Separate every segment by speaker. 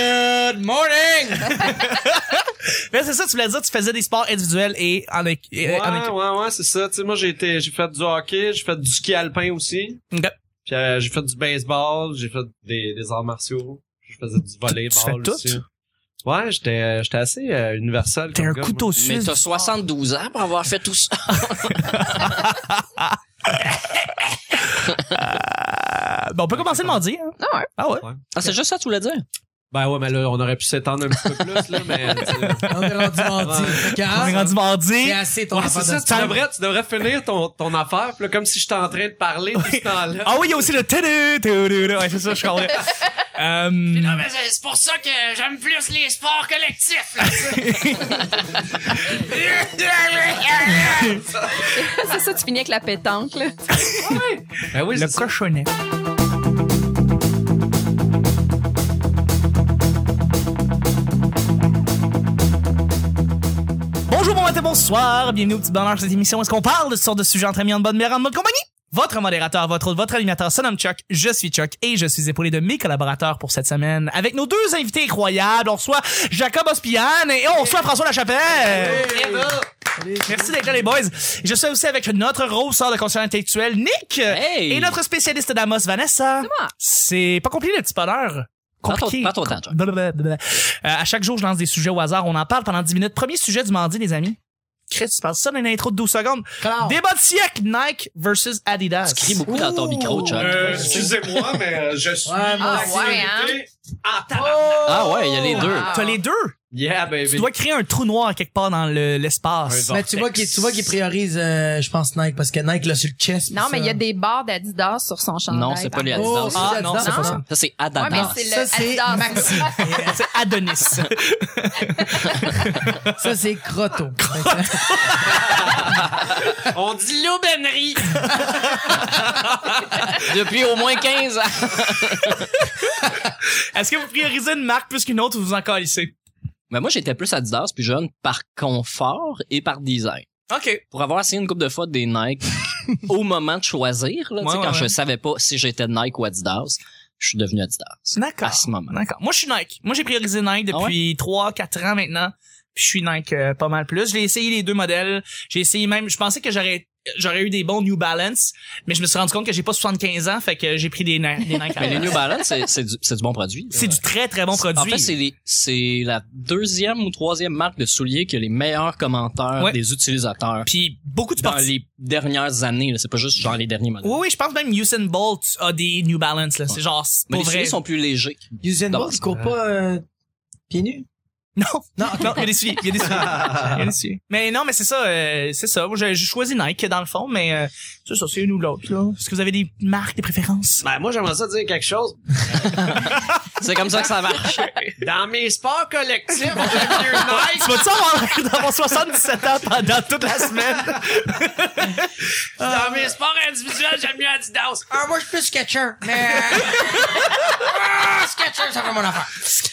Speaker 1: Good morning!
Speaker 2: Mais c'est ça, tu voulais dire, tu faisais des sports individuels et en, équ- et- euh,
Speaker 3: Ouais,
Speaker 2: en équipe.
Speaker 3: ouais, ouais, c'est ça. Tu sais, moi, j'ai été, j'ai fait du hockey, j'ai fait du ski alpin aussi.
Speaker 2: Ok.
Speaker 3: Puis euh, j'ai fait du baseball, j'ai fait des, des arts martiaux, je faisais du
Speaker 2: Tu
Speaker 3: volleyball
Speaker 2: fais
Speaker 3: aussi. Ouais, j'étais, euh, j'étais assez euh, universel.
Speaker 2: T'es
Speaker 3: comme
Speaker 2: un
Speaker 3: gars,
Speaker 2: couteau
Speaker 1: Mais
Speaker 2: suisse.
Speaker 1: t'as 72 ans pour avoir fait tout ça.
Speaker 2: Ah, ben, on peut commencer le mardi. Hein?
Speaker 1: Ah ouais.
Speaker 2: Ah ouais.
Speaker 1: Ah, c'est juste ça que tu voulais dire?
Speaker 3: moi. Ben ouais, mais là, on aurait pu s'étendre un petit peu plus, là, mais... tu sais.
Speaker 4: On est rendu mardi.
Speaker 3: Ouais.
Speaker 4: Fait que, hein,
Speaker 2: On est rendu mardi.
Speaker 4: C'est assez ton
Speaker 3: Ouais,
Speaker 4: affaire
Speaker 3: c'est
Speaker 4: de
Speaker 3: ça, tu
Speaker 4: sport.
Speaker 3: devrais, tu devrais finir ton, ton affaire, puis là, comme si j'étais en train de parler tout ce temps-là.
Speaker 2: Ah oui, il y a aussi le tudu, tudu, tudu. Ouais, c'est ça, je comprends. Euh,
Speaker 5: Non, mais c'est c'est pour ça que j'aime plus les sports collectifs. là.
Speaker 6: c'est ça, tu finis avec la pétanque, là.
Speaker 3: Ben oui,
Speaker 2: le
Speaker 3: c'est ça.
Speaker 2: cochonnet. Bonjour, bon matin, bonsoir. Bienvenue au petit bonheur de cette émission. où Est-ce qu'on parle de ce sorte de sujet entre amis en bonne mère en bonne compagnie? Votre modérateur, votre hôte, votre animateur, son nom Chuck. Je suis Chuck et je suis épaulé de mes collaborateurs pour cette semaine. Avec nos deux invités incroyables, on reçoit Jacob Ospian et on reçoit François Lachapelle. Merci d'être là, les boys. Je suis aussi avec notre rosseur de conscience intellectuelle, Nick.
Speaker 1: Hey!
Speaker 2: Et notre spécialiste d'Amos, Vanessa. C'est
Speaker 6: moi.
Speaker 2: pas compliqué, le petit bonheur.
Speaker 1: Prends ton-
Speaker 2: Compliqué.
Speaker 1: prends ton temps, toi.
Speaker 2: Blablabla. Euh, à chaque jour, je lance des sujets au hasard. On en parle pendant 10 minutes. Premier sujet du mardi, les amis. Chris, tu parles ça dans une intro de 12 secondes.
Speaker 4: Claro.
Speaker 2: Débat de siècle, Nike versus Adidas.
Speaker 1: Tu cries beaucoup dans ton micro, Chuck.
Speaker 3: Euh, excusez-moi, mais euh, je suis...
Speaker 4: Ouais, moi
Speaker 6: Ah,
Speaker 4: aussi.
Speaker 6: ouais, hein?
Speaker 1: Ah ouais, il y a les deux.
Speaker 2: T'as les deux.
Speaker 3: Yeah,
Speaker 2: Tu
Speaker 3: baby.
Speaker 2: dois créer un trou noir quelque part dans le- l'espace.
Speaker 3: Un
Speaker 4: Mais tu vois qu'il tu vois qu'il priorise, euh, je pense, Nike, parce que Nike l'a sur le chest.
Speaker 6: Non,
Speaker 4: puis
Speaker 6: mais
Speaker 4: ça.
Speaker 6: il y a des barres d'Adidas sur son chandail.
Speaker 1: Non, c'est pas les
Speaker 6: par
Speaker 4: Oh,
Speaker 1: Adidas.
Speaker 4: c'est
Speaker 2: Ah,
Speaker 4: Adidas.
Speaker 2: non, c'est
Speaker 6: pas
Speaker 4: ça.
Speaker 1: Ça, c'est
Speaker 6: contre. Ouais,
Speaker 1: Adadas.
Speaker 6: mais
Speaker 4: Ça,
Speaker 6: c'est
Speaker 4: c'est
Speaker 6: le Adidas.
Speaker 4: Maxi.
Speaker 2: C'est Adonis.
Speaker 4: Ça, c'est Crotto. Ben,
Speaker 3: On dit
Speaker 1: L'aubainerie! Depuis au moins 15 ans.
Speaker 2: Est-ce que vous priorisez une marque plus qu'une autre ou vous en calissez?
Speaker 1: Mais moi, j'étais plus Adidas plus jeune par confort et par design.
Speaker 2: OK.
Speaker 1: Pour avoir essayé une coupe de fois des Nike au moment de choisir, là, tu sais,
Speaker 2: Ouais,
Speaker 1: quand
Speaker 2: ouais,
Speaker 1: je
Speaker 2: ouais.
Speaker 1: savais pas si j'étais Nike ou Adidas, je suis devenu Adidas.
Speaker 2: D'accord.
Speaker 1: À ce moment.
Speaker 2: D'accord. Moi, je suis Nike. Moi, j'ai priorisé Nike
Speaker 1: Ah
Speaker 2: depuis 3-4 ans maintenant. Puis je suis Nike euh, pas mal plus. J'ai essayé les deux modèles. J'ai essayé même... Je pensais que j'aurais j'aurais eu des bons New Balance, mais je me suis rendu compte que j'ai pas 75 ans, fait que j'ai pris des, Ni- des Nike.
Speaker 1: Mais les New Balance, c'est- c'est du, c'est du bon produit.
Speaker 2: C'est du très, très bon produit.
Speaker 1: En fait, c'est les- c'est la deuxième ou troisième marque de souliers qui a les meilleurs commentaires
Speaker 2: Ouais.
Speaker 1: des utilisateurs
Speaker 2: Puis beaucoup de
Speaker 1: dans
Speaker 2: sportifs...
Speaker 1: les dernières années. là. C'est pas juste genre les derniers modèles.
Speaker 2: Oui, oui, je pense même Usain Bolt a des New Balance. là. C'est genre... c'est
Speaker 1: Mais
Speaker 2: Pour
Speaker 1: les
Speaker 2: vrai.
Speaker 1: souliers sont plus légers.
Speaker 4: Usain
Speaker 1: Non,
Speaker 4: Bolt, il court pas euh, pieds nus.
Speaker 2: Non, non, non, il y a des souliers, il y a des souliers, il y a des souliers. Mais non, mais c'est ça, euh, c'est ça. Moi, J'ai j'ai choisi Nike dans le fond, mais euh, c'est ça, c'est une ou l'autre. là. Est-ce que vous avez des marques, des préférences
Speaker 3: Ben, moi, j'aimerais ça dire quelque chose.
Speaker 1: C'est comme ça que ça marche.
Speaker 3: Dans mes sports collectifs, j'aime mieux Nike.
Speaker 2: Tu vas-tu avoir l'air d'avoir 77 ans pendant toute la semaine
Speaker 3: Dans mes sports individuels, j'aime mieux Adidas.
Speaker 4: Ah, moi, je suis plus Sketcher, mais... euh, ah, Sketcher, ça fait mon affaire.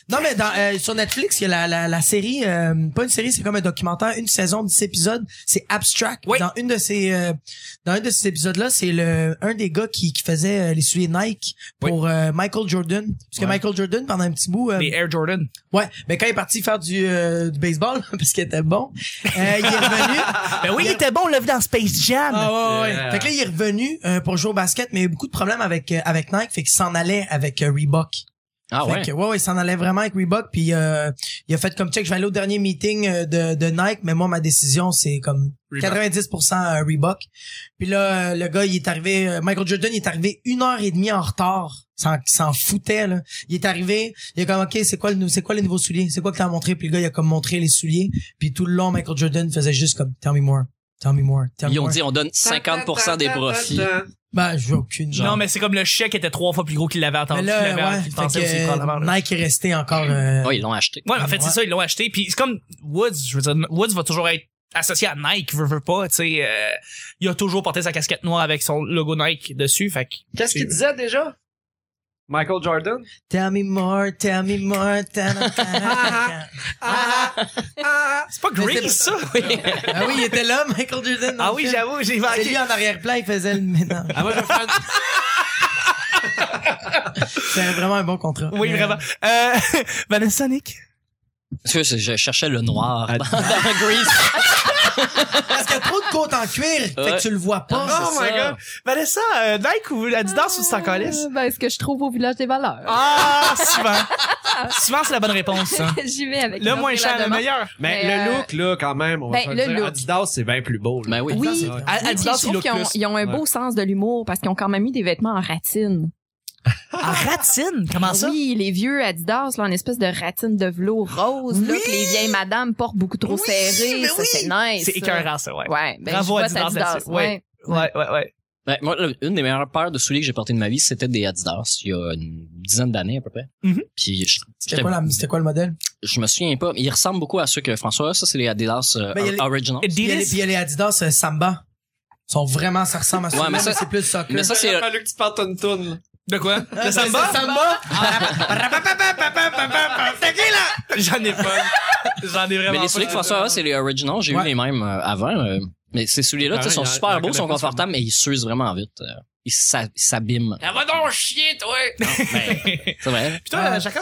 Speaker 4: Non, mais dans, euh, sur Netflix, il y a la, la, la série... euh, pas une série, c'est comme un documentaire. Une saison, 10 épisodes. C'est Abstract.
Speaker 2: Oui.
Speaker 4: Dans une de ces... euh, dans un de ces épisodes-là, c'est le un des gars qui, qui faisait euh, les souliers Nike pour euh, Michael Jordan. Parce que Michael Jordan, pendant un petit bout... euh,
Speaker 2: Les Air Jordan.
Speaker 4: Ouais, ben quand il est parti faire du, euh, du baseball, parce qu'il était bon, euh, il est revenu.
Speaker 2: Ben oui, il était bon, l'a vu dans Space Jam.
Speaker 4: Ah ouais, ouais,
Speaker 3: Yeah.
Speaker 4: Fait que là, il est revenu euh, pour jouer au basket, mais il y a eu beaucoup de problèmes avec euh, avec Nike, fait qu'il s'en allait avec euh, Reebok.
Speaker 1: Ah
Speaker 4: fait
Speaker 1: ouais.
Speaker 4: que, ouais, ouais, il s'en allait vraiment avec Reebok, puis euh, il a fait comme check, je vais aller au dernier meeting euh, de, de Nike, mais moi, ma décision, c'est comme
Speaker 2: Reebok.
Speaker 4: 90% euh, Reebok. Puis là, euh, le gars, il est arrivé, euh, Michael Jordan, il est arrivé une heure et demie en retard. S'en- Il s'en foutait, là. Il est arrivé, il est comme, OK, c'est quoi, le nou- c'est quoi les nouveaux souliers? C'est quoi que t'as montré? Puis le gars, il a comme montré les souliers. Puis tout le long, Michael Jordan faisait juste comme, tell me more, tell me more, tell me
Speaker 1: Ils ont
Speaker 4: more.
Speaker 1: dit on donne 50% des profits.
Speaker 4: Ben, j'ai aucune genre.
Speaker 2: Non, mais c'est comme le chèque était trois fois plus gros qu'il l'avait
Speaker 4: Mais
Speaker 2: entendu.
Speaker 4: là,
Speaker 2: qu'il l'avait-
Speaker 4: ouais,
Speaker 2: qu'il
Speaker 4: fait
Speaker 2: pensait
Speaker 4: que,
Speaker 2: aussi, probablement, là.
Speaker 4: euh, Nike est resté encore. euh,
Speaker 1: Ouais, ils l'ont acheté.
Speaker 2: Ouais, en fait, c'est
Speaker 4: Ouais.
Speaker 2: ça, ils l'ont acheté. Puis c'est comme Woods, je veux dire, Woods va toujours être associé à Nike, veut, veut pas, tu sais. euh, il a toujours porté sa casquette noire avec son logo Nike dessus, fait que...
Speaker 3: Qu'est-ce qu'il disait déjà? Michael Jordan?
Speaker 4: Tell me more, tell me more. ta- ta- ta-
Speaker 2: Ah,
Speaker 4: ta-
Speaker 2: C'est pas
Speaker 4: Mais
Speaker 2: Grease,
Speaker 4: c'est-
Speaker 2: ça?
Speaker 4: ah oui, il était là, Michael Jordan. dans
Speaker 2: Ah
Speaker 4: le
Speaker 2: oui,
Speaker 4: film.
Speaker 2: j'avoue, j'ai
Speaker 4: C'est
Speaker 2: manqué.
Speaker 4: lui en arrière-plan, il faisait le ménage.
Speaker 3: Ah, moi, je vais faire une-
Speaker 4: C'est vraiment un bon contrat.
Speaker 2: Oui,
Speaker 4: Mais-
Speaker 2: vraiment. Euh, Vanessa Nick.
Speaker 1: Parce que c'est- je cherchais le noir
Speaker 2: Ah,
Speaker 1: dans, dans Grease.
Speaker 4: Parce qu'il y a trop de côtes en cuir, fait que
Speaker 1: Ouais.
Speaker 4: tu le vois pas.
Speaker 1: Ah,
Speaker 2: Oh
Speaker 1: c'est
Speaker 2: my
Speaker 1: ça.
Speaker 2: god. Vanessa, euh, Nike ou Adidas ou sans calice?
Speaker 6: Euh, ben, ce que je trouve au village des valeurs.
Speaker 2: Ah, souvent. souvent, c'est la bonne réponse, ça.
Speaker 1: Ah.
Speaker 6: J'y vais avec
Speaker 2: Le
Speaker 6: l'offre
Speaker 2: moins
Speaker 6: et la
Speaker 2: cher, le
Speaker 6: demande.
Speaker 2: meilleur.
Speaker 3: Mais,
Speaker 6: Mais,
Speaker 3: le
Speaker 6: euh,
Speaker 3: look, là, quand même, on va
Speaker 6: ben,
Speaker 3: se le
Speaker 6: le
Speaker 3: dire,
Speaker 6: look.
Speaker 3: Adidas, c'est bien plus beau. là.
Speaker 1: Ben oui.
Speaker 6: Oui.
Speaker 4: Ah,
Speaker 2: Ad-
Speaker 6: Oui, puis
Speaker 2: Adidas,
Speaker 6: je
Speaker 2: il
Speaker 6: trouve
Speaker 2: look
Speaker 6: qu'ils ont,
Speaker 2: plus.
Speaker 6: ils ont un beau sens de l'humour parce qu'ils ont quand même mis des vêtements en ratine.
Speaker 2: Ah, ratine. Comment ça?
Speaker 6: Oui, les vieux Adidas, là, en espèce de ratine de velours rose, là,
Speaker 2: Oui.
Speaker 6: que les vieilles madames portent beaucoup trop
Speaker 2: Oui,
Speaker 6: serré.
Speaker 2: mais
Speaker 6: Ça,
Speaker 2: oui.
Speaker 6: c'est nice.
Speaker 2: C'est
Speaker 6: ça.
Speaker 2: écœurant, ça, ouais.
Speaker 6: Ouais, ben,
Speaker 2: Bravo,
Speaker 6: je vois
Speaker 2: Adidas,
Speaker 6: Adidas,
Speaker 2: là-dessus.
Speaker 6: ouais.
Speaker 2: Ouais. Ouais, ouais, ouais.
Speaker 1: Ben, moi, là, une des meilleures paires de souliers que j'ai porté de ma vie, c'était des Adidas, il y a une dizaine d'années à peu près.
Speaker 2: Mhm.
Speaker 1: Puis je,
Speaker 4: C'était quoi, la- c'était quoi le modèle?
Speaker 1: je me souviens pas, mais ils ressemblent beaucoup à ceux que François a. Ça, c'est les Adidas euh,
Speaker 4: Ben, il y a les-
Speaker 1: Original.
Speaker 4: Puis il y a les- puis
Speaker 2: Adidas.
Speaker 4: il y a les Adidas euh, Samba. Ils sont vraiment, ça ressemble à ça.
Speaker 1: Ouais, mais ça-
Speaker 4: c'est plus soccer.
Speaker 1: Mais ça, c'est... euh,
Speaker 3: fallu que Ah, tu partes une toune.
Speaker 2: De quoi? Euh, Le
Speaker 4: C'est
Speaker 2: samba?
Speaker 4: Samba?
Speaker 2: J'en ai pas. J'en ai vraiment
Speaker 1: Mais
Speaker 2: pas.
Speaker 1: les souliers que François a, c'est les Original. J'ai
Speaker 4: Ouais.
Speaker 1: eu les mêmes euh, avant. euh, mais ces souliers-là, tu sais,
Speaker 3: Ouais,
Speaker 1: sont
Speaker 3: il y a- il y
Speaker 1: super
Speaker 3: a
Speaker 1: beaux,
Speaker 3: que
Speaker 1: sont
Speaker 3: des fois, ça-
Speaker 1: confortables, mais ils s'usent vraiment vite. euh, Ils s'a- s'abîment.
Speaker 2: Ah,
Speaker 5: Ça va donc chier, toi!
Speaker 2: ben.
Speaker 1: C'est vrai.
Speaker 2: Puis toi, Jacob?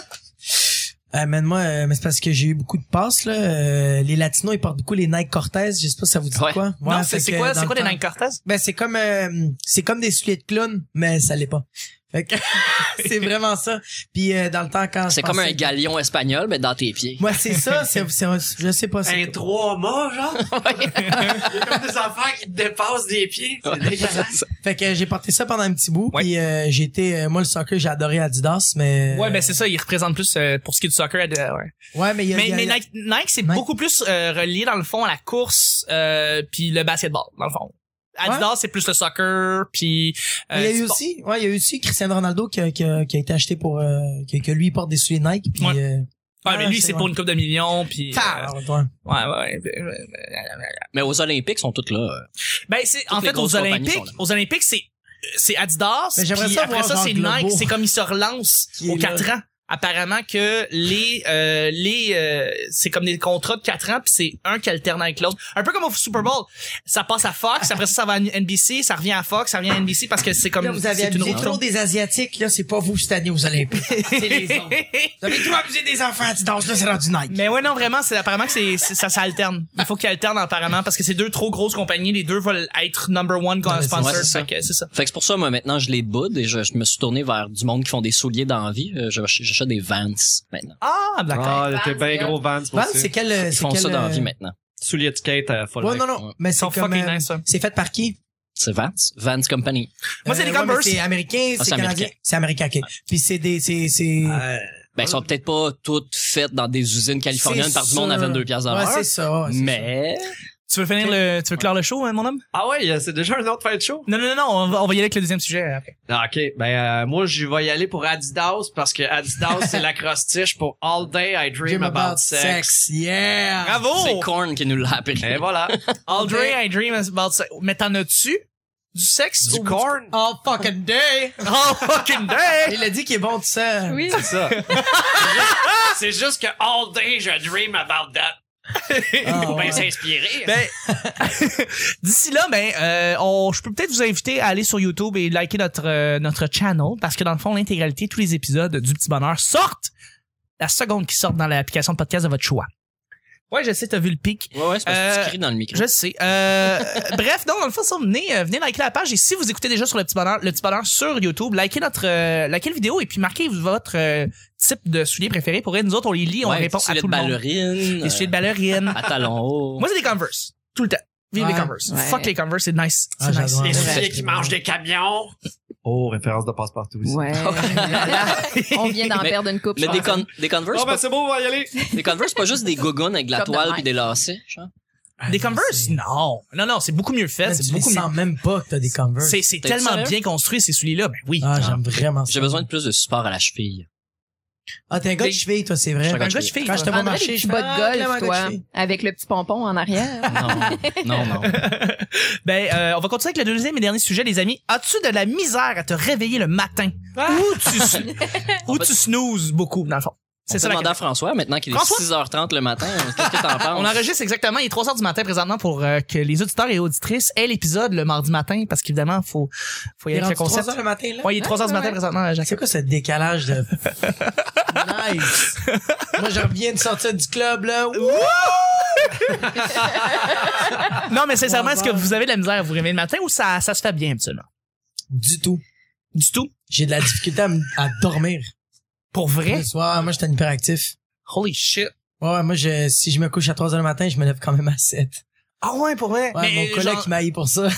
Speaker 4: Euh, man, moi, euh, mais c'est parce que j'ai eu beaucoup de passes, là. Euh, les Latinos, ils portent beaucoup les Nike Cortez. Je sais pas si ça vous dit
Speaker 1: Ouais.
Speaker 4: quoi.
Speaker 2: Non,
Speaker 4: Ouais,
Speaker 2: c'est
Speaker 4: fait
Speaker 2: c'est
Speaker 4: que
Speaker 2: quoi,
Speaker 4: dans
Speaker 2: c'est quoi
Speaker 4: le
Speaker 2: les
Speaker 4: temps-
Speaker 2: Nike Cortez?
Speaker 4: Ben, c'est comme, euh, c'est comme des souliers de clown, mais ça l'est pas. Fait que c'est vraiment ça. Puis, euh, dans le temps, quand. je
Speaker 1: C'est comme
Speaker 4: pensais-
Speaker 1: un galion espagnol, mais dans tes pieds.
Speaker 4: Moi, c'est ça. C'est, c'est, je sais pas. c'est-
Speaker 3: Un trois mâts, genre. Il y a comme des affaires qui te dépassent des pieds. C'est dégueulasse.
Speaker 4: Fait que j'ai porté ça pendant un petit bout.
Speaker 2: Ouais.
Speaker 4: Puis, euh, j'ai été, euh, moi, le soccer, j'ai adoré Adidas, mais.
Speaker 2: Ouais, ben c'est ça, ils représentent plus euh, pour ce qui est du soccer. euh, ouais.
Speaker 4: Ouais, mais il y a. il
Speaker 2: Mais,
Speaker 4: y a-
Speaker 2: mais Nike, Nike, c'est
Speaker 4: Nike.
Speaker 2: beaucoup plus euh, relié dans le fond à la course euh, puis le basketball dans le fond. Adidas c'est plus le soccer puis euh,
Speaker 4: Mais il y a eu
Speaker 2: sport.
Speaker 4: aussi, ouais, il y a eu aussi Cristiano Ronaldo qui a, qui a, qui a été acheté pour euh, que, que lui il porte des souliers Nike puis
Speaker 2: Ouais.
Speaker 4: euh,
Speaker 2: Ouais, mais
Speaker 4: Ah,
Speaker 2: lui
Speaker 4: c'est
Speaker 2: c'est
Speaker 4: vrai.
Speaker 2: pour une coupe de millions puis euh,
Speaker 4: alors, ouais.
Speaker 2: ouais, ouais, ouais, ouais.
Speaker 1: Mais aux Olympiques, ils sont toutes là. euh.
Speaker 2: Ben c'est en
Speaker 1: les
Speaker 2: fait
Speaker 1: grosses
Speaker 2: aux
Speaker 1: compagnies
Speaker 2: Olympiques,
Speaker 1: sont là.
Speaker 2: aux Olympiques c'est c'est Adidas
Speaker 4: Mais Ben, j'aimerais
Speaker 2: puis
Speaker 4: ça
Speaker 2: après
Speaker 4: voir
Speaker 2: ça
Speaker 4: Jean
Speaker 2: c'est
Speaker 4: Globo.
Speaker 2: Nike, c'est comme ils se relancent
Speaker 4: Qui est
Speaker 2: aux
Speaker 4: là.
Speaker 2: 4 ans. Apparemment que les euh, les euh, c'est comme des contrats de 4 ans puis c'est un qui alterne avec l'autre. Un peu comme au Super Bowl, ça passe à Fox, après ça ça va à NBC, ça revient à Fox, ça revient à NBC parce que c'est comme
Speaker 4: Là, vous avez
Speaker 2: c'est une
Speaker 4: abusé
Speaker 2: route.
Speaker 4: trop des asiatiques là, c'est pas vous cette année aux Olympiques. c'est les autres. Vous avez trop abusé des enfants, dis donc là, c'est rendu Nike.
Speaker 2: Mais ouais, non, vraiment, c'est apparemment que c'est, c'est- ça, ça alterne. Il faut qu'ils alternent apparemment parce que c'est deux trop grosses compagnies, les deux veulent être number one
Speaker 4: Ouais, c'est-
Speaker 2: sponsor.
Speaker 1: ouais, c'est ça.
Speaker 2: Fait que c'est ça.
Speaker 1: Fait que c'est pour ça, moi, maintenant, je les boude et je, je me suis tourné vers du monde qui font des souliers dans la vie. Euh, je- J'achète des Vans maintenant.
Speaker 2: Ah, d'accord.
Speaker 3: Ah, t'es bien gros Vans,
Speaker 4: Vans,
Speaker 3: moi aussi.
Speaker 4: c'est quel euh,
Speaker 1: Ils
Speaker 4: c'est
Speaker 1: font
Speaker 4: quel,
Speaker 1: ça dans la
Speaker 4: euh,
Speaker 1: vie maintenant.
Speaker 3: Souliers de skate à Fall
Speaker 4: Ouais,
Speaker 3: Life.
Speaker 4: non non, mais
Speaker 2: Ils
Speaker 4: c'est
Speaker 2: sont
Speaker 4: comme
Speaker 2: fucking
Speaker 4: euh,
Speaker 2: nice, ça.
Speaker 4: c'est fait par qui
Speaker 1: C'est Vans? Vans Company.
Speaker 2: Moi, c'est
Speaker 4: Euh,
Speaker 2: les
Speaker 4: ouais, mais
Speaker 2: Converse.
Speaker 4: C'est américain,
Speaker 1: Ah,
Speaker 4: c'est
Speaker 1: c'est
Speaker 4: canadien,
Speaker 1: américain.
Speaker 4: c'est américain. OK. Puis c'est des c'est c'est
Speaker 3: Euh,
Speaker 1: Ben, ils sont peut-être pas toutes faites dans des usines californiennes
Speaker 4: c'est
Speaker 1: par du monde à
Speaker 4: sûr.
Speaker 1: 22 piastres de
Speaker 4: Ouais,
Speaker 1: l'heure.
Speaker 4: c'est ça. ouais, c'est ça.
Speaker 1: mais,
Speaker 2: Tu veux finir le, tu veux clore le show, hein, mon homme?
Speaker 3: Ah ouais, c'est déjà un autre fight show.
Speaker 2: Non, non, non, non, on va, on va y aller avec le deuxième sujet après.
Speaker 3: Ah, ok, ben euh, moi je vais y aller pour Adidas parce que Adidas c'est l'acrostiche pour All Day I Dream,
Speaker 4: Dream
Speaker 3: about, sex.
Speaker 4: Yeah.
Speaker 1: c'est
Speaker 2: Bravo!
Speaker 1: Korn qui nous l'a appris.
Speaker 3: Et voilà,
Speaker 2: Audrey, I dream about sex. Mais t'en as-tu? Du sexe?
Speaker 3: du
Speaker 2: ou-
Speaker 3: corn,
Speaker 4: All fucking day.
Speaker 2: Oh, fucking day!
Speaker 4: Il a dit qu'il est bon de ça.
Speaker 6: Oui.
Speaker 3: c'est ça.
Speaker 5: C'est juste que all day, je dream about that.
Speaker 4: Ah,
Speaker 5: Faut bien
Speaker 4: ouais.
Speaker 5: s'inspirer.
Speaker 2: Ben, d'ici là, ben, euh, on, je peux peut-être vous inviter à aller sur YouTube et liker notre euh, notre channel parce que dans le fond, l'intégralité, tous les épisodes du Petit Bonheur sortent la seconde qui sortent dans l'application de podcast de votre choix. Ouais, je sais, t'as vu le pic.
Speaker 1: Ouais, ouais, c'est parce que tu cries dans le micro.
Speaker 2: Je sais. Euh, bref, donc dans le fond, ça, venez, euh, venez liker la page. Et si vous écoutez déjà sur le petit bonheur, le petit bonheur sur YouTube, likez notre, euh, likez la vidéo et puis marquez votre euh, type de soulier préféré. Pour vrai, nous autres, on les lit, on
Speaker 1: ouais,
Speaker 2: répond à
Speaker 1: souliers
Speaker 2: tout
Speaker 1: de
Speaker 2: le monde.
Speaker 1: ballerine.
Speaker 2: Les souliers de ballerine.
Speaker 1: euh, à talons hauts.
Speaker 2: Moi, c'est des Converse. Tout le temps. Vive les
Speaker 4: Ouais,
Speaker 2: Converse.
Speaker 6: ouais.
Speaker 2: Fuck les Converse, c'est nice. C'est
Speaker 4: Ah,
Speaker 2: nice.
Speaker 4: j'adore.
Speaker 5: Les
Speaker 4: Ouais.
Speaker 5: souliers qui mangent des camions.
Speaker 3: Oh, référence de passe-partout aussi.
Speaker 6: Ouais. on vient d'en
Speaker 1: Mais-
Speaker 6: perdre une coupe.
Speaker 1: mais
Speaker 6: je
Speaker 1: des,
Speaker 6: pense.
Speaker 1: con- des Converse,
Speaker 3: Non,
Speaker 1: pas-
Speaker 3: ben c'est bon, on va y aller.
Speaker 1: des Converse, pas juste des gogoons avec de la
Speaker 6: Comme de
Speaker 1: toile
Speaker 6: même.
Speaker 1: puis des lacets, genre. Ah,
Speaker 2: Des Converse? Non. Non, non, c'est beaucoup mieux fait.
Speaker 4: Man,
Speaker 2: C'est
Speaker 4: tu les
Speaker 2: beaucoup mieux.
Speaker 4: sens même pas que t'as des Converse.
Speaker 2: C'est, c'est
Speaker 1: T'es
Speaker 2: tellement
Speaker 1: sérieux?
Speaker 2: bien construit, ces souliers-là. Ben oui.
Speaker 4: Ah, j'aime vraiment ça.
Speaker 1: J'ai besoin de plus de support à la cheville.
Speaker 4: Ah, t'es un gars de
Speaker 2: Des-
Speaker 4: cheville, toi, c'est vrai.
Speaker 1: Je suis
Speaker 2: un gars de cheville.
Speaker 4: Quand je te
Speaker 2: toi.
Speaker 4: vois
Speaker 6: André,
Speaker 4: marcher,
Speaker 6: des
Speaker 4: je
Speaker 6: petits
Speaker 4: fais,
Speaker 6: bas
Speaker 4: ah,
Speaker 6: de golf,
Speaker 4: clairement,
Speaker 6: toi,
Speaker 4: gars de cheville.
Speaker 6: avec le petit pompon en arrière.
Speaker 1: Non, non, non.
Speaker 2: Ben, euh, on va continuer avec le deuxième et dernier sujet, les amis. As-tu de la Ah! misère à te réveiller le matin? Ou tu, sn- ou tu snoozes beaucoup, dans le fond?
Speaker 1: C'est
Speaker 2: ça
Speaker 1: ça
Speaker 2: la
Speaker 1: demander à François, maintenant qu'il est
Speaker 2: François?
Speaker 1: 6h30 le matin, euh, qu'est-ce que t'en penses?
Speaker 2: On enregistre exactement, il est 3 heures du matin présentement pour euh, que les auditeurs et auditrices aient l'épisode le mardi matin parce qu'évidemment, faut, faut y
Speaker 4: Il est
Speaker 2: aller avec le
Speaker 4: rendu
Speaker 2: concept.
Speaker 4: 3 heures le matin, là?
Speaker 2: Ouais, il est 3 heures du matin
Speaker 6: Ouais.
Speaker 2: présentement, euh, Jacques.
Speaker 4: C'est quoi ce décalage de... nice! Moi, je reviens de sortir du club, là. Ouh!
Speaker 2: Non, mais sincèrement, est-ce que vous avez de la misère à vous réveiller le matin ou ça, ça se fait bien habituellement?
Speaker 4: Du tout.
Speaker 2: Du tout.
Speaker 4: J'ai de la difficulté à, me- à dormir.
Speaker 2: Pour vrai?
Speaker 4: Le soir, moi, j'étais un hyperactif.
Speaker 2: Holy shit.
Speaker 4: Ouais, ouais, moi, je, si je me couche à 3 heures le matin, je me lève quand même à 7.
Speaker 2: Ah ouais, pour vrai?
Speaker 4: Ouais,
Speaker 2: mais
Speaker 4: mon collègue,
Speaker 2: genre-
Speaker 4: il m'a haï pour ça.
Speaker 2: ouais,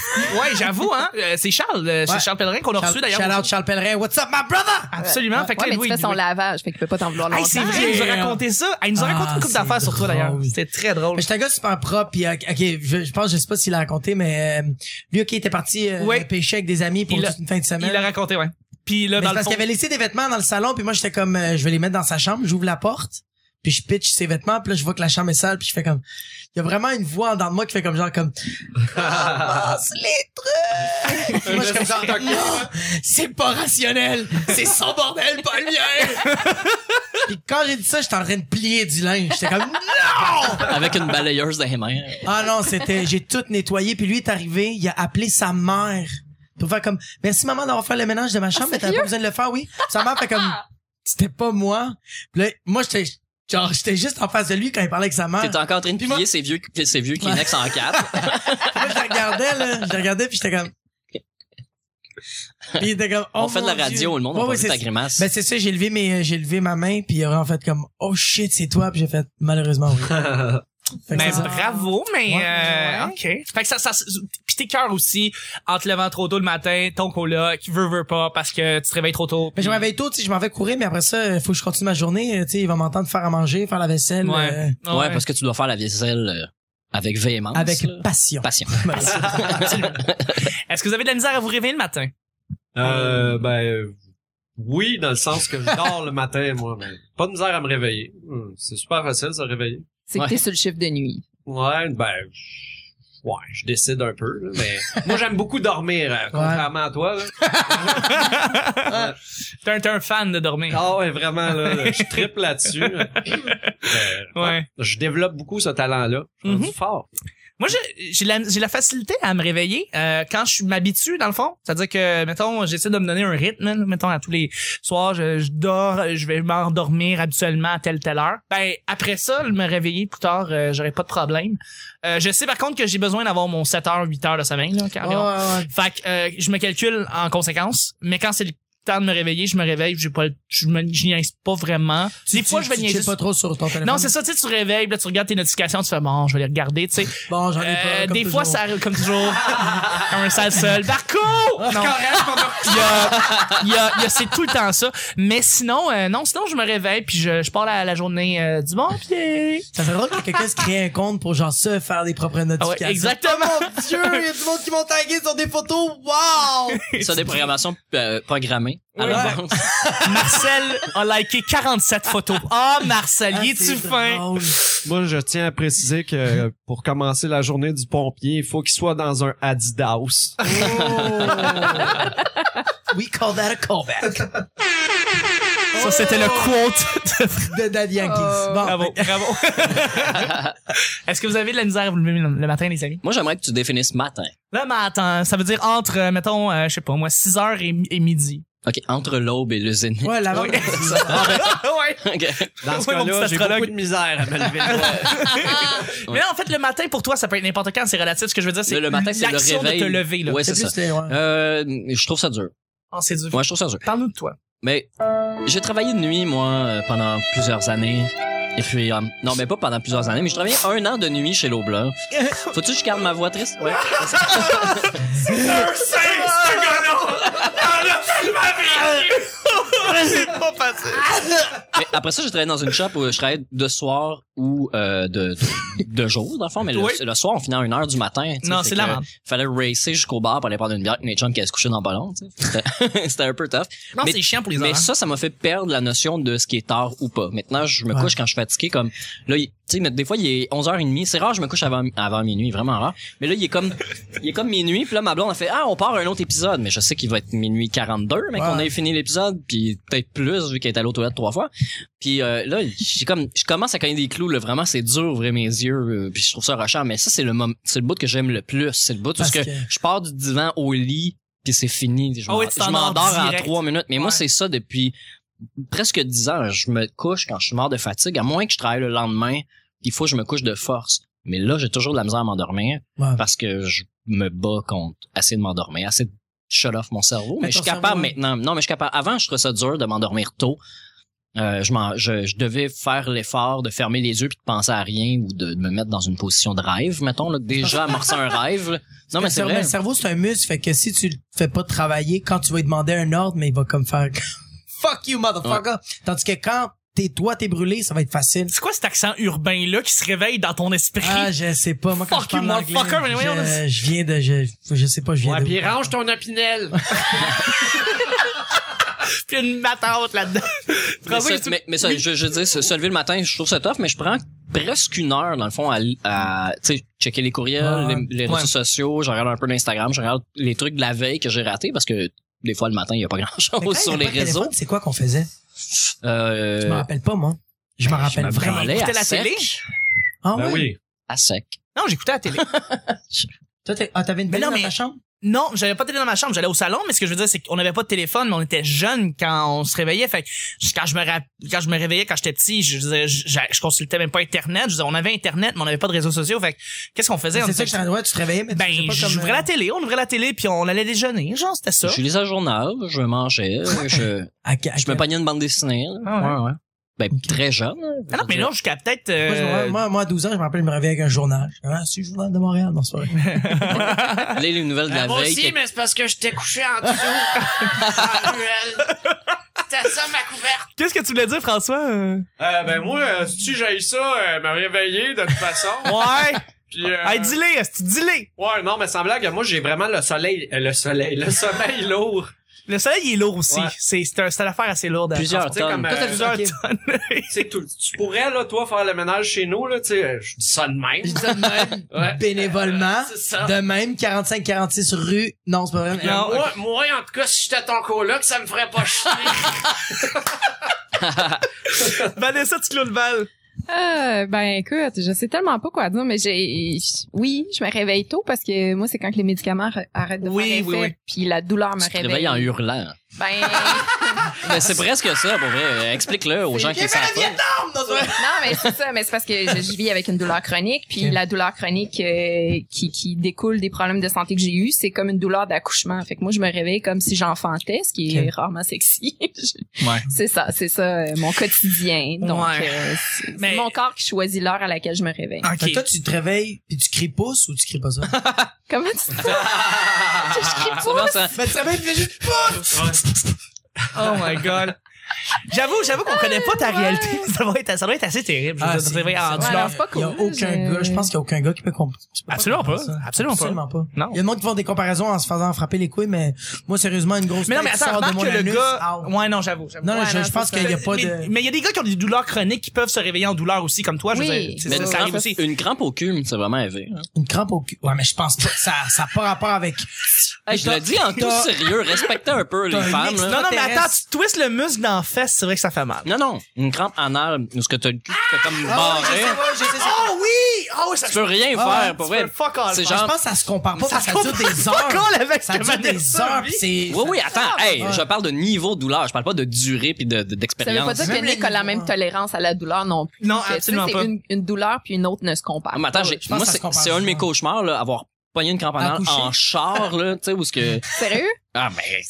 Speaker 2: j'avoue, hein. euh, C'est Charles, euh, c'est
Speaker 4: Ouais.
Speaker 2: Charles Pellerin qu'on a reçu
Speaker 4: Charles,
Speaker 2: d'ailleurs.
Speaker 4: shout out Charles Pellerin. What's up, my brother?
Speaker 2: Absolument. Fait que
Speaker 6: Ouais,
Speaker 2: là,
Speaker 6: mais
Speaker 2: oui,
Speaker 6: tu fais son
Speaker 2: oui.
Speaker 6: lavage, fait qu'il peut pas t'en vouloir
Speaker 2: Hey,
Speaker 6: longtemps.
Speaker 2: c'est vrai, il nous a raconté ça. Ah, il nous a
Speaker 4: Ah,
Speaker 2: raconté une couple
Speaker 4: c'est
Speaker 2: d'affaires sur toi d'ailleurs.
Speaker 4: drôle.
Speaker 2: C'était très drôle.
Speaker 4: Mais j'étais un gars super propre, puis euh, ok, je, je pense, je sais pas s'il a raconté, mais euh, lui, ok, il était parti euh,
Speaker 2: Ouais.
Speaker 4: pêcher avec des amis pour
Speaker 2: Il l'a-
Speaker 4: toute une fin de semaine.
Speaker 2: Il l'a raconté, ouais. Puis là,
Speaker 4: Mais
Speaker 2: dans
Speaker 4: c'est
Speaker 2: le
Speaker 4: parce
Speaker 2: fond,
Speaker 4: qu'il avait laissé des vêtements dans le salon, puis moi j'étais comme, euh, je vais les mettre dans sa chambre, j'ouvre la porte, puis je pitch ses vêtements, puis là je vois que la chambre est sale, puis je fais comme, il y a vraiment une voix en dedans de moi qui fait comme genre comme, ramasse les trucs. Puis moi je suis comme genre, non, c'est pas rationnel, c'est son bordel, pas le mien. puis quand j'ai dit ça, j'étais en train de plier du linge, j'étais comme, non.
Speaker 1: Avec une balayeuse dans les mains.
Speaker 4: Ah non, c'était j'ai tout nettoyé puis lui est arrivé, il a appelé sa mère pour faire comme merci maman d'avoir fait le ménage de
Speaker 1: Ah,
Speaker 4: ma chambre, mais t'avais pas besoin de le faire, oui. Sa mère fait comme c'était pas moi. Puis là, moi j'étais genre j'étais juste en face de lui quand il parlait avec sa mère.
Speaker 1: T'es encore en train de plier ces vieux, ces vieux Kleenex en quatre.
Speaker 4: Puis Moi je le regardais là, je le regardais puis j'étais comme puis il était comme
Speaker 1: On
Speaker 4: Oh,
Speaker 1: fait de la
Speaker 4: mon Dieu.
Speaker 1: radio, le monde on
Speaker 4: Ouais, ouais,
Speaker 1: pas vu
Speaker 4: c'est
Speaker 1: ta grimace.
Speaker 4: ben c'est ça, j'ai levé mes j'ai levé ma main puis il a en fait comme oh shit, c'est toi puis j'ai fait malheureusement oui. Fait que
Speaker 2: Mais
Speaker 4: c'est ça.
Speaker 2: bravo, mais
Speaker 4: Ouais.
Speaker 2: euh, ok. Fait que ça, ça, puis tes cœurs aussi en te levant trop tôt le matin, ton cola qui veut veut pas parce que tu te réveilles trop tôt.
Speaker 4: Mais je me réveille tôt, tu sais, je m'en vais courir, mais après ça, il faut que je continue ma journée, euh, tu sais, il va m'entendre faire à manger, faire la vaisselle,
Speaker 2: Ouais.
Speaker 4: euh,
Speaker 1: ouais, parce que tu dois faire la vaisselle euh, avec véhémence.
Speaker 4: avec
Speaker 1: là.
Speaker 4: passion.
Speaker 1: passion.
Speaker 2: Est-ce que vous avez de la misère à vous réveiller le matin
Speaker 3: Euh, ben, oui, dans le sens que je dors le matin, moi, mais pas de misère à me réveiller. Hum, C'est super facile, se réveiller.
Speaker 6: C'est que
Speaker 1: Ouais.
Speaker 6: t'es sur le chiffre de nuit.
Speaker 3: Ouais, ben, ouais, je décide un peu, là, mais moi, j'aime beaucoup dormir, euh, contrairement à toi, là.
Speaker 2: T'es un, t'es un fan de dormir.
Speaker 3: Ah ouais, vraiment, là, je triple là-dessus. Euh,
Speaker 4: Ah,
Speaker 2: Ouais.
Speaker 3: Je développe beaucoup ce talent-là. Je suis rendu fort.
Speaker 2: Moi, j'ai- j'ai la, j'ai la facilité à me réveiller euh, quand je m'habitue, dans le fond. C'est-à-dire que, mettons, j'essaie de me donner un rythme, là, mettons, à tous les soirs, je, je dors, je vais m'endormir habituellement à telle, telle heure. Ben, après ça, me réveiller plus tard, euh, j'aurai pas de problème. Euh, je sais, par contre, que j'ai besoin d'avoir mon 7 heures, 8 heures de sommeil, là,
Speaker 4: Ouais,
Speaker 2: environ.
Speaker 4: ouais, ouais.
Speaker 2: Fait que euh, je me calcule en conséquence, mais quand c'est le temps de me réveiller, je me réveille, j'ai pas, le- je me- je niaise pas vraiment. Des
Speaker 4: Tu-
Speaker 2: fois,
Speaker 4: tu-
Speaker 2: je vais
Speaker 4: tu
Speaker 2: niaiser.
Speaker 4: checkes pas trop sur ton téléphone.
Speaker 2: Non, c'est ça, tu sais, tu réveilles, puis là, tu regardes tes notifications, tu fais bon, je vais les regarder, tu sais.
Speaker 4: Bon, j'en ai pas.
Speaker 2: Euh,
Speaker 4: comme
Speaker 2: des
Speaker 4: toujours.
Speaker 2: fois, ça arrive comme toujours. comme un sale seul. Marco! Non. Il y a, il y a, il y a- c'est tout le temps ça. Mais sinon, euh, non, sinon, je me réveille puis je, je pars la, la journée euh, du bon pied.
Speaker 4: Ça serait drôle que quelqu'un se crée un compte pour genre ça, faire des propres
Speaker 2: Ah ouais,
Speaker 4: notifications. Oh
Speaker 2: exactement.
Speaker 4: Mon Dieu, il y a du monde qui m'ont tagué sur des photos. Wow!
Speaker 1: Ça, des programmations euh, programmées. à
Speaker 4: Ouais.
Speaker 1: l'avance.
Speaker 2: Marcel a liké 47 photos. Ah, Marcel,
Speaker 4: Ah,
Speaker 2: il est-tu
Speaker 4: c'est
Speaker 2: fin?
Speaker 4: drôle.
Speaker 3: Moi, je tiens à préciser que pour commencer la journée du pompier, il faut qu'il soit dans un Adidas.
Speaker 4: Oh. We call that a callback.
Speaker 2: Ça, c'était
Speaker 4: Oh.
Speaker 2: le quote. de-
Speaker 4: De Daddy Yankees.
Speaker 6: Oh.
Speaker 4: Bon.
Speaker 2: bravo, bravo. Est-ce que vous avez de la misère à vous lever le le matin, les amis?
Speaker 1: Moi, j'aimerais que tu définisses matin.
Speaker 2: Là, mais attends, ça veut dire entre, euh, mettons, euh, je sais pas moi, 6 heures et, mi- et midi.
Speaker 1: OK, entre l'aube et le zénith.
Speaker 4: Ouais, la Ah, ben,
Speaker 2: ouais.
Speaker 1: OK.
Speaker 3: Dans ce
Speaker 2: Ouais, mon
Speaker 3: cas-là,
Speaker 2: petit
Speaker 3: j'ai
Speaker 2: astrologue.
Speaker 3: beaucoup de misère à me lever le matin.
Speaker 2: Mais là, en fait, le matin, pour toi, ça peut être n'importe quand, c'est relatif. Ce que je veux dire, c'est
Speaker 1: Le- le matin, c'est le
Speaker 2: l'action
Speaker 1: réveil.
Speaker 2: de te lever. Là.
Speaker 1: Ouais, c'est
Speaker 4: C'est
Speaker 1: ça.
Speaker 4: plus les- ouais.
Speaker 1: Euh, je trouve ça dur.
Speaker 2: Oh, c'est dur.
Speaker 1: Moi, je trouve ça dur.
Speaker 2: Parle-nous de toi.
Speaker 1: Mais j'ai travaillé de nuit, moi, euh, pendant plusieurs années. Et puis, euh, non, mais pas pendant plusieurs années, mais je travaillais un an de nuit chez l'Aubla. Faut-tu que je garde ma voix triste? Ouais. Mais après ça, j'ai travaillé dans une shop où je travaillais de soir ou euh, de, de, de jour, dans le fond. Mais le,
Speaker 2: Oui.
Speaker 1: le soir, on finit à 1h du matin. tu sais,
Speaker 2: Non,
Speaker 1: fait
Speaker 2: c'est de la
Speaker 1: que
Speaker 2: merde.
Speaker 1: fallait racer jusqu'au bar pour aller prendre une bière avec mes chums qui allaient se coucher dans pas long. tu sais. C'était c'était un peu tough.
Speaker 2: Non,
Speaker 1: Mais-
Speaker 2: c'est chiant pour les
Speaker 1: Mais
Speaker 2: horaires.
Speaker 1: ça, ça m'a fait perdre la notion de ce qui est tard ou pas. Maintenant, je me
Speaker 4: Ouais.
Speaker 1: couche quand je suis fatigué. Comme, là, il- tu sais, mais des fois, il est 11h30. C'est rare, je me couche avant, avant minuit. Vraiment rare. Mais là, il est comme, il est comme minuit. Puis là, ma blonde a fait, ah, on part à un autre épisode. Mais je sais qu'il va être minuit 42, mais
Speaker 4: Ouais.
Speaker 1: qu'on ait fini l'épisode. Puis peut-être plus vu qu'elle est allée aux toilettes trois fois. Puis euh, là, j'ai comme je commence à cogner des clous là, vraiment c'est dur ouvrir mes yeux euh, puis je trouve ça rochant mais ça c'est le mom- c'est le bout que j'aime le plus, c'est le bout parce
Speaker 4: Parce
Speaker 1: que,
Speaker 4: que-
Speaker 1: je pars du divan au lit puis c'est fini, je
Speaker 2: Ah oui,
Speaker 1: m'en-
Speaker 2: tu t'en
Speaker 1: je m'endors
Speaker 2: dors
Speaker 1: en
Speaker 2: direct.
Speaker 1: trois minutes mais moi
Speaker 2: Ouais.
Speaker 1: c'est ça depuis presque dix ans, je me couche quand je suis mort de fatigue à moins que je travaille le lendemain, il faut que je me couche de force. Mais là, j'ai toujours de la misère à m'endormir
Speaker 4: Ouais.
Speaker 1: parce que je me bats contre assez de m'endormir, assez de shut off mon cerveau.
Speaker 4: Mais
Speaker 1: Mais je suis
Speaker 4: ton
Speaker 1: capable
Speaker 4: cerveau-
Speaker 1: maintenant. Non, mais je suis capable. Avant, je trouvais ça dur de m'endormir tôt. Euh, je, m'en- je, je devais faire l'effort de fermer les yeux puis de penser à rien ou de, de me mettre dans une position de rêve, mettons, là, déjà amorcer un rêve. là. Non, mais
Speaker 4: Le
Speaker 1: c'est
Speaker 4: cerveau-
Speaker 1: vrai.
Speaker 4: Le cerveau, c'est un muscle, fait que si tu le fais pas travailler, quand tu vas lui demander un ordre, mais il va comme faire fuck you, motherfucker. Tandis que quand t'es toi, t'es brûlé, ça va être facile.
Speaker 2: C'est quoi cet accent urbain-là qui se réveille dans ton esprit?
Speaker 4: Ah, je sais pas. Moi, quand
Speaker 2: Fuck
Speaker 4: je parle
Speaker 2: you,
Speaker 4: anglais,
Speaker 2: motherfucker, mais voyons,
Speaker 4: je, je viens de, je, je sais pas, je viens
Speaker 3: Ouais,
Speaker 4: de.
Speaker 3: puis range ton opinel.
Speaker 2: Puis une matante là-dedans.
Speaker 1: Mais ça,
Speaker 2: Bravo, tu-
Speaker 1: mais, mais ça, je, je dis, se, se lever le matin, je trouve ça tough, mais je prends presque une heure, dans le fond, à, à tu sais, checker les courriels,
Speaker 4: Ouais.
Speaker 1: les, les
Speaker 2: Ouais.
Speaker 1: réseaux sociaux, je regarde un peu d'Instagram, je regarde les trucs de la veille que j'ai raté parce que des fois, le matin, il n'y a pas
Speaker 4: Mais quand
Speaker 1: grand-chose
Speaker 4: il y
Speaker 1: oh, sur les
Speaker 4: avait pas de téléphone,
Speaker 1: réseaux.
Speaker 4: C'est quoi qu'on faisait?
Speaker 1: Euh,
Speaker 4: Je m'en rappelle pas, moi. Je m'en rappelle
Speaker 1: me
Speaker 4: vraiment.
Speaker 1: branlais
Speaker 2: Écoutais
Speaker 1: à
Speaker 2: la
Speaker 1: sec,
Speaker 2: télé?
Speaker 4: Ah
Speaker 3: Ben
Speaker 4: ouais?
Speaker 3: oui.
Speaker 1: À sec.
Speaker 2: Non, j'écoutais la télé.
Speaker 4: Toi, t'es- ah, t'avais une
Speaker 2: Mais
Speaker 4: belle
Speaker 2: non,
Speaker 4: dans
Speaker 2: mais-
Speaker 4: ta chambre?
Speaker 2: Non, j'avais pas de télé dans ma chambre, j'allais au salon, mais ce que je veux dire, c'est qu'on n'avait pas de téléphone, mais on était jeunes quand on se réveillait. Fait que je- quand je me, ra- quand je me réveillais, quand j'étais petit, je, disais- je, je- je consultais même pas Internet. Je disais, on avait Internet, mais on n'avait pas de réseaux sociaux. Fait que qu'est-ce qu'on faisait?
Speaker 4: C'est
Speaker 2: On
Speaker 4: ça
Speaker 2: était-
Speaker 4: que je ouais, tu te réveillais, mais tu
Speaker 2: ben,
Speaker 4: faisais pas comme,
Speaker 2: j'ouvrais
Speaker 4: euh,
Speaker 2: la télé, on ouvrait la télé, puis on allait déjeuner. Genre, c'était ça.
Speaker 1: Je lisais le journal, je mangeais, je,
Speaker 4: à- à-
Speaker 1: je me pognais une bande dessinée. là.
Speaker 2: Ah ouais.
Speaker 1: Ben, très jeune. hein.
Speaker 2: Ah non, mais là, jusqu'à peut-être...
Speaker 4: Moi, je me
Speaker 2: euh,
Speaker 4: rappelle- Moi, moi, à 12 ans, je me rappelle, je me réveillais avec un journal. Ah, c'est le journal de Montréal, non, c'est pas vrai.
Speaker 1: Lire les nouvelles de la
Speaker 5: Euh, moi
Speaker 1: veille.
Speaker 5: aussi,
Speaker 1: quelque-
Speaker 5: mais c'est parce que j'étais couché en dessous. en ruelle. C'était ça ma couverte.
Speaker 2: Qu'est-ce que tu voulais dire, François? Euh,
Speaker 3: Euh, ben moi, euh, si tu j'aille ça, euh, me réveiller de toute façon.
Speaker 2: Ouais!
Speaker 3: Puis, euh,
Speaker 2: Hey, dis-les, esti, dis-les!
Speaker 3: ouais, non, mais sans blague, moi j'ai vraiment le soleil, euh, le soleil, le sommeil lourd.
Speaker 2: Le soleil, il est lourd aussi.
Speaker 3: Ouais.
Speaker 2: C'est C'est un- c'est une affaire assez lourde. à
Speaker 1: Plusieurs
Speaker 3: Tu sais, comme,
Speaker 1: tonnes.
Speaker 2: transporter.
Speaker 3: euh,
Speaker 2: Plusieurs
Speaker 4: ok.
Speaker 2: tonnes.
Speaker 3: C'est que tu, tu pourrais, là, toi, faire le ménage chez nous, là, tu sais, euh, je dis ça de même.
Speaker 4: Je dis ça de même,
Speaker 3: Ouais.
Speaker 4: bénévolement.
Speaker 3: C'est ça.
Speaker 4: De même, 45-46 rue. Non, c'est pas vrai. mais-
Speaker 2: Ah. Non.
Speaker 5: Moi, moi, en tout cas, si j'étais ton coloc, ça me ferait pas chier.
Speaker 2: Vanessa, tu clôt le bal.
Speaker 6: Euh, ben écoute, je sais tellement pas quoi dire, mais j'ai, oui, je me réveille tôt parce que moi c'est quand que les médicaments ar- arrêtent de
Speaker 2: Oui,
Speaker 6: faire effet,
Speaker 2: oui, oui.
Speaker 6: puis la douleur me
Speaker 1: Tu te
Speaker 6: réveille.
Speaker 1: réveilles en hurlant.
Speaker 6: Ben
Speaker 1: Ben, c'est presque ça, pour vrai. Explique-le aux gens qui le savent pas.
Speaker 4: Non, c'est pas vrai.
Speaker 6: non, mais c'est ça, mais c'est parce que je, je vis avec une douleur chronique, puis
Speaker 4: Ok.
Speaker 6: la douleur chronique euh, qui, qui découle des problèmes de santé que j'ai eu, c'est comme une douleur d'accouchement. Fait que moi je me réveille comme si j'enfantais, ce qui est
Speaker 4: Ok.
Speaker 6: rarement sexy. Je-
Speaker 1: Ouais.
Speaker 6: C'est ça, c'est ça euh, mon quotidien. Donc
Speaker 2: Ouais.
Speaker 6: euh, c'est- c'est
Speaker 2: Mais-
Speaker 6: mon corps qui choisit l'heure à laquelle je me réveille.
Speaker 2: Ah,
Speaker 4: Fait que toi, tu te réveilles puis tu cries pouce ou tu cries pas ça?
Speaker 6: Comment tu te
Speaker 1: C'est bon, ça.
Speaker 4: ben, tu te réveilles, tu fais juste pouce!
Speaker 2: Oh my god. J'avoue, j'avoue qu'on connaît pas ta
Speaker 6: Ouais.
Speaker 2: réalité. Ça doit être, ça doit être assez terrible. Je veux
Speaker 4: Ah,
Speaker 2: dire, de
Speaker 4: c'est-
Speaker 2: se réveiller en
Speaker 6: ouais,
Speaker 2: douleur.
Speaker 6: non, c'est pas
Speaker 4: Il y a
Speaker 6: cool,
Speaker 4: aucun
Speaker 6: je-
Speaker 4: gars, je pense qu'il y a aucun gars qui peut comprendre.
Speaker 2: Absolument pas. Absolument pas.
Speaker 4: Absolument pas.
Speaker 2: Non.
Speaker 4: Il y a des gens qui font des comparaisons en se faisant frapper les couilles, mais moi, sérieusement, une grosse
Speaker 2: Mais non, mais
Speaker 4: tête
Speaker 2: attends,
Speaker 4: sort de
Speaker 2: remarque
Speaker 4: mon
Speaker 2: que le
Speaker 4: anus, ah,
Speaker 2: gars.
Speaker 4: out.
Speaker 2: Ouais, non, j'avoue. j'avoue.
Speaker 4: Non, non,
Speaker 6: Ouais,
Speaker 4: je,
Speaker 6: non,
Speaker 4: je pense
Speaker 6: c'est
Speaker 4: qu'il y a
Speaker 2: Mais-
Speaker 4: pas
Speaker 2: mais-
Speaker 4: de...
Speaker 2: Mais il y a des gars qui ont des douleurs chroniques qui peuvent se réveiller en douleur aussi, comme toi. Je veux
Speaker 6: Oui.
Speaker 2: dire, c'est-
Speaker 1: Mais
Speaker 2: ça,
Speaker 1: tu
Speaker 2: ça arrive
Speaker 1: penses-
Speaker 2: aussi.
Speaker 1: Une crampe au cul, c'est vraiment hein. élevé.
Speaker 4: Une crampe au cul. Ouais, mais je pense pas. Ça ça a pas rapport avec...
Speaker 1: Hey, je le dis en tout sérieux, respectez un peu les
Speaker 4: T'as un
Speaker 1: femmes.
Speaker 4: mix-
Speaker 1: là.
Speaker 2: Non, non, mais
Speaker 4: t'intéresse.
Speaker 2: attends, tu twists le muscle dans la fesse, c'est vrai que ça fait mal.
Speaker 1: Non, non, une crampe anale, où ce que t'as le cul qui fait comme
Speaker 4: Ah, ouais, je
Speaker 1: barré.
Speaker 4: sais, ouais, je sais ça.
Speaker 2: Oh oui! Oh oui, ça
Speaker 1: Tu peux rien
Speaker 4: Ah,
Speaker 1: faire, pour
Speaker 2: tu peux
Speaker 1: vrai.
Speaker 2: fuck all
Speaker 1: C'est
Speaker 2: faire.
Speaker 4: Je
Speaker 1: genre...
Speaker 4: pense que ça se compare pas
Speaker 2: Ça
Speaker 4: parce que
Speaker 2: se
Speaker 4: ça dure des
Speaker 2: compare pas
Speaker 4: heures.
Speaker 2: cool avec
Speaker 4: Ça
Speaker 2: ce
Speaker 4: dure des
Speaker 2: Vanessa
Speaker 4: heures,
Speaker 2: vit.
Speaker 4: pis c'est...
Speaker 1: Oui, oui, attends, hey,
Speaker 4: Ouais.
Speaker 1: je parle de niveau de douleur, je parle pas de durée puis de- de-
Speaker 6: Ça veut pas
Speaker 1: d'expérience.
Speaker 6: dire que
Speaker 4: Même
Speaker 6: Nick
Speaker 4: les
Speaker 6: a la
Speaker 4: niveaux, hein.
Speaker 6: même tolérance à la douleur non plus.
Speaker 2: Non,
Speaker 6: Fait que, tu sais,
Speaker 2: absolument
Speaker 6: c'est
Speaker 2: pas.
Speaker 6: Une, une douleur puis une autre ne se compare.
Speaker 1: Ah, mais attends, j'ai-
Speaker 4: je pense
Speaker 1: moi,
Speaker 4: que ça se
Speaker 1: c'est
Speaker 4: compare
Speaker 1: c'est un de mes
Speaker 4: souvent.
Speaker 1: cauchemars, là, avoir pogné une crampe anale
Speaker 4: Accouché.
Speaker 1: en char, là, tu sais, où ce que...
Speaker 6: Sérieux?
Speaker 1: Ah, mais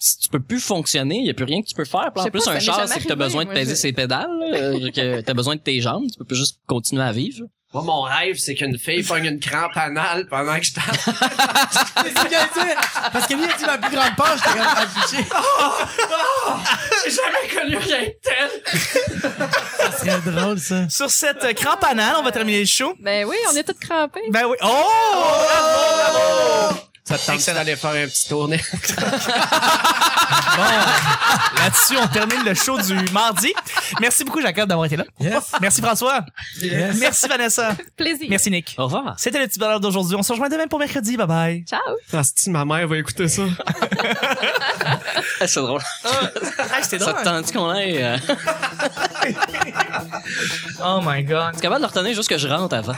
Speaker 1: si tu peux plus fonctionner, il y a plus rien que tu peux faire. Puis
Speaker 6: Je
Speaker 1: en
Speaker 6: sais
Speaker 1: plus,
Speaker 6: pas, ça
Speaker 1: un
Speaker 6: m'est
Speaker 1: char,
Speaker 6: jamais
Speaker 1: c'est que t'as
Speaker 6: arrivé,
Speaker 1: besoin de
Speaker 6: moi,
Speaker 1: peser
Speaker 6: je-
Speaker 1: ses pédales, là, euh, que t'as besoin de tes jambes, tu peux plus juste continuer à vivre.
Speaker 3: Moi, mon rêve, c'est qu'une fille pogne une crampe anale pendant que je tape.
Speaker 4: C'est ce qu'il a dit. Parce que lui, il a dit ma plus grande peur, j'étais comme ah, affiché.
Speaker 3: J'ai jamais connu rien de tel.
Speaker 4: Ça serait drôle, ça.
Speaker 2: Sur cette euh, crampe anale, on va terminer le show.
Speaker 6: Ben oui, on est toutes crampées.
Speaker 2: Ben oui. Oh! Bravo, bravo! Ça te tente.
Speaker 3: Excellent d'aller faire un petit tournée.
Speaker 2: Bon, là-dessus, on termine le show du mardi. Merci beaucoup, Jacob, d'avoir été là.
Speaker 4: Yes.
Speaker 2: Merci, François.
Speaker 4: Yes.
Speaker 2: Merci, Vanessa.
Speaker 6: Plaisir.
Speaker 2: Merci, Nick.
Speaker 1: Au revoir.
Speaker 2: C'était le petit bonheur d'aujourd'hui. On se rejoint demain pour mercredi. Bye bye.
Speaker 6: Ciao.
Speaker 3: Ah, si ma mère va écouter ça.
Speaker 1: C'est drôle. hein?
Speaker 2: c'était
Speaker 1: Ça te tente qu'on aille. euh, T'es
Speaker 2: Oh my god. Oh
Speaker 1: capable de retenir juste que je rentre avant.